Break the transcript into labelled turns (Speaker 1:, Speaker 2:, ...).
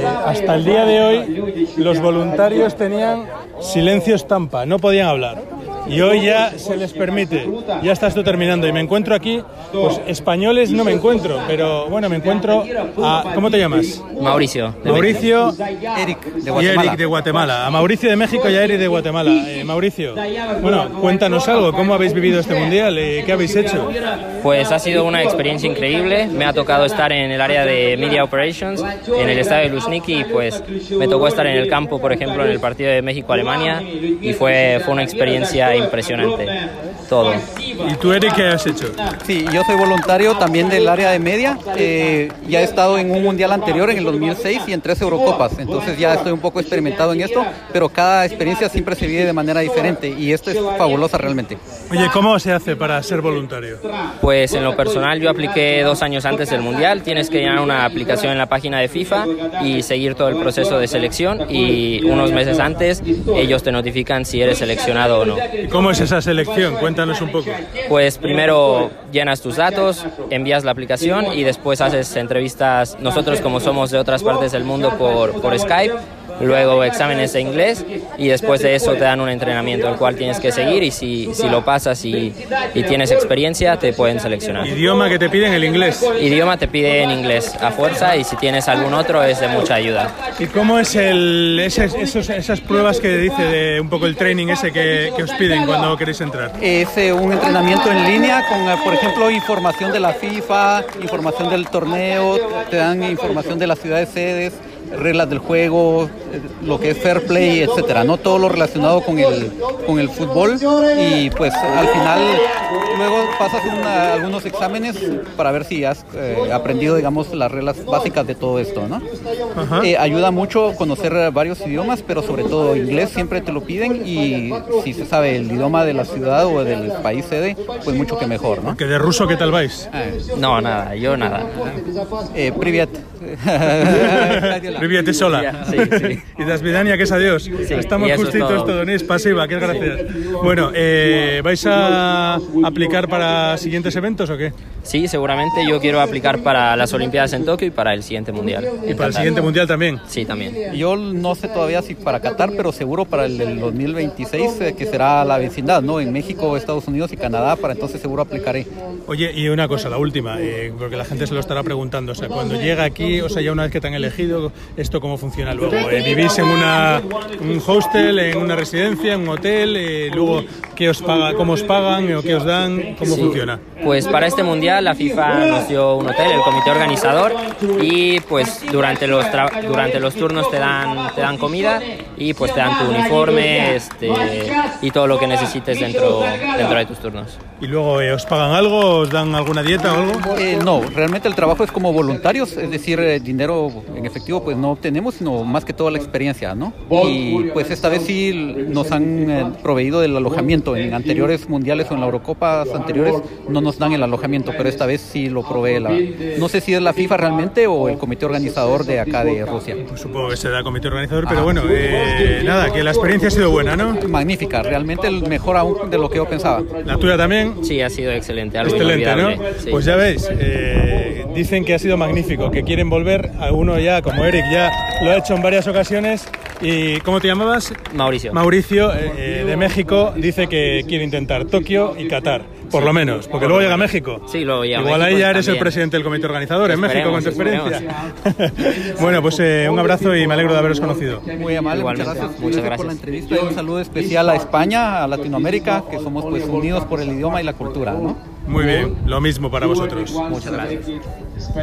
Speaker 1: Eh, Hasta el día de hoy los voluntarios tenían silencio estampa, no podían hablar. Y hoy ya se les permite. Ya está esto terminando. Y me encuentro aquí, pues españoles no me encuentro, pero bueno, me encuentro a. ¿Cómo te llamas?
Speaker 2: Mauricio. de
Speaker 1: Mauricio
Speaker 3: Eric, de
Speaker 1: y
Speaker 3: Guatemala.
Speaker 1: Eric de Guatemala. A Mauricio de México y a Eric de Guatemala. Eh, Mauricio, bueno, cuéntanos algo. ¿Cómo habéis vivido este mundial? Eh, ¿Qué habéis hecho?
Speaker 2: Pues ha sido una experiencia increíble. Me ha tocado estar en el área de Media Operations, en el estadio de Luzhniki, y pues me tocó estar en el campo, por ejemplo, en el partido de México-Alemania, y fue, fue una experiencia impresionante. Todo.
Speaker 1: ¿Y tú, Eric, qué has hecho?
Speaker 3: Sí, yo soy voluntario también del área de media. Eh, ya he estado en un mundial anterior, en el 2006, y en tres Eurocopas. Entonces ya estoy un poco experimentado en esto, pero cada experiencia siempre se vive de manera diferente y esto es fabulosa realmente.
Speaker 1: Oye, ¿cómo se hace para ser voluntario?
Speaker 2: Pues en lo personal yo apliqué dos años antes del Mundial, tienes que llenar una aplicación en la página de FIFA y seguir todo el proceso de selección y unos meses antes ellos te notifican si eres seleccionado o no.
Speaker 1: ¿Y cómo es esa selección? Cuéntanos un poco.
Speaker 2: Pues primero llenas tus datos, envías la aplicación y después haces entrevistas, nosotros como somos de otras partes del mundo por, por Skype, luego exámenes de inglés y después de eso te dan un entrenamiento el cual tienes que seguir y si, si lo pasas y, y tienes experiencia te pueden seleccionar.
Speaker 1: Idioma que te piden el inglés.
Speaker 2: Idioma te pide en inglés a fuerza y si tienes algún otro es de mucha ayuda.
Speaker 1: ¿Y cómo es el, ese- esos- esas pruebas que dice de un poco el training ese que, que os piden cuando queréis entrar?
Speaker 3: Es eh, un entrenamiento en línea con, eh, por ejemplo, información de la FIFA, información del torneo, te dan información de las ciudades sedes, reglas del juego, eh, lo que es fair play, etcétera. No todo lo relacionado con el, con el fútbol y pues al final luego pasas una- algunos exámenes para ver si has eh, aprendido, digamos, las reglas básicas de todo esto, ¿no? Eh, ayuda mucho conocer eh, varios idiomas, pero sobre todo inglés siempre te lo piden y si se sabe el idioma de la ciudad o del país sede, pues mucho que mejor, ¿no?
Speaker 1: ¿Que de ruso qué tal vais?
Speaker 2: Ah. No, nada, yo nada.
Speaker 3: Eh, privet.
Speaker 1: Привет, y sola.
Speaker 2: Sí, sí.
Speaker 1: Y Dasvidania, que es adiós. Estamos
Speaker 2: y eso es
Speaker 1: justitos,
Speaker 2: todo.
Speaker 1: Todonís, pasiva, qué gracias. Bueno, eh, ¿vais a aplicar para siguientes eventos o qué?
Speaker 2: Sí, seguramente yo quiero aplicar para las Olimpiadas en Tokio y para el siguiente Mundial.
Speaker 1: Y para el siguiente mundial también.
Speaker 2: Sí, también.
Speaker 3: Yo no sé todavía si para Qatar, pero seguro para el del 2026, eh, que será la vecindad, ¿no? En México, Estados Unidos y Canadá, para entonces seguro aplicaré.
Speaker 1: Oye, y una cosa, la última, eh, porque la gente se lo estará preguntando. O sea, cuando llega aquí, o sea, ya una vez que te han elegido, ¿esto cómo funciona luego? Eh, ¿Vivís en una, un hostel, en una residencia, en un hotel? Eh, luego, ¿qué os paga, ¿cómo os pagan eh, o qué os dan? ¿Cómo
Speaker 2: Sí.
Speaker 1: funciona?
Speaker 2: Pues para este mundial la FIFA nos dio un hotel, el comité organizador, y pues durante los tra- durante los turnos te dan te dan comida y pues te dan tu uniforme, este y todo lo que necesites dentro dentro de tus turnos.
Speaker 1: ¿Y luego eh, os pagan algo? ¿Os dan alguna dieta o algo?
Speaker 3: Eh, no, realmente el trabajo es como voluntarios, es decir, eh, dinero en efectivo pues no obtenemos, sino más que todo la experiencia, ¿no? Y pues esta vez sí l- nos han eh, proveído del alojamiento, en anteriores mundiales o en la Eurocopas anteriores no nos dan el alojamiento, pero esta vez sí lo provee la... No sé si es la FIFA realmente o el comité organizador de acá de Rusia.
Speaker 1: Pues supongo que será comité organizador, pero bueno, eh, nada, que la experiencia ha sido buena, ¿no?
Speaker 3: Magnífica, realmente el mejor aún de lo que yo pensaba.
Speaker 1: La tuya también.
Speaker 2: Sí, ha sido excelente, algo
Speaker 1: Excelente, ¿no?
Speaker 2: inolvidable. Sí.
Speaker 1: Pues ya veis, eh, dicen que ha sido magnífico, que quieren volver. Alguno ya, como Eric, ya lo ha hecho en varias ocasiones. ¿Y cómo te llamabas?
Speaker 2: Mauricio.
Speaker 1: Mauricio, eh, eh, de México, dice que quiere intentar Tokio y Qatar, por lo menos, porque luego llega México.
Speaker 2: Sí, luego llega
Speaker 1: Igual
Speaker 2: México
Speaker 1: ahí ya eres el
Speaker 2: también.
Speaker 1: presidente del comité organizador en México con tu
Speaker 2: Esperemos,
Speaker 1: experiencia. bueno, pues eh, un abrazo y me alegro de haberos conocido.
Speaker 3: Muy amable, muchas
Speaker 2: Igualmente.
Speaker 3: gracias.
Speaker 2: Muchas
Speaker 3: Muchas gracias
Speaker 2: gracias.
Speaker 3: por la entrevista y un saludo especial a España, a Latinoamérica, que somos pues unidos por el idioma y la cultura, ¿no?
Speaker 1: Muy bien, lo mismo para vosotros.
Speaker 4: Muchas gracias.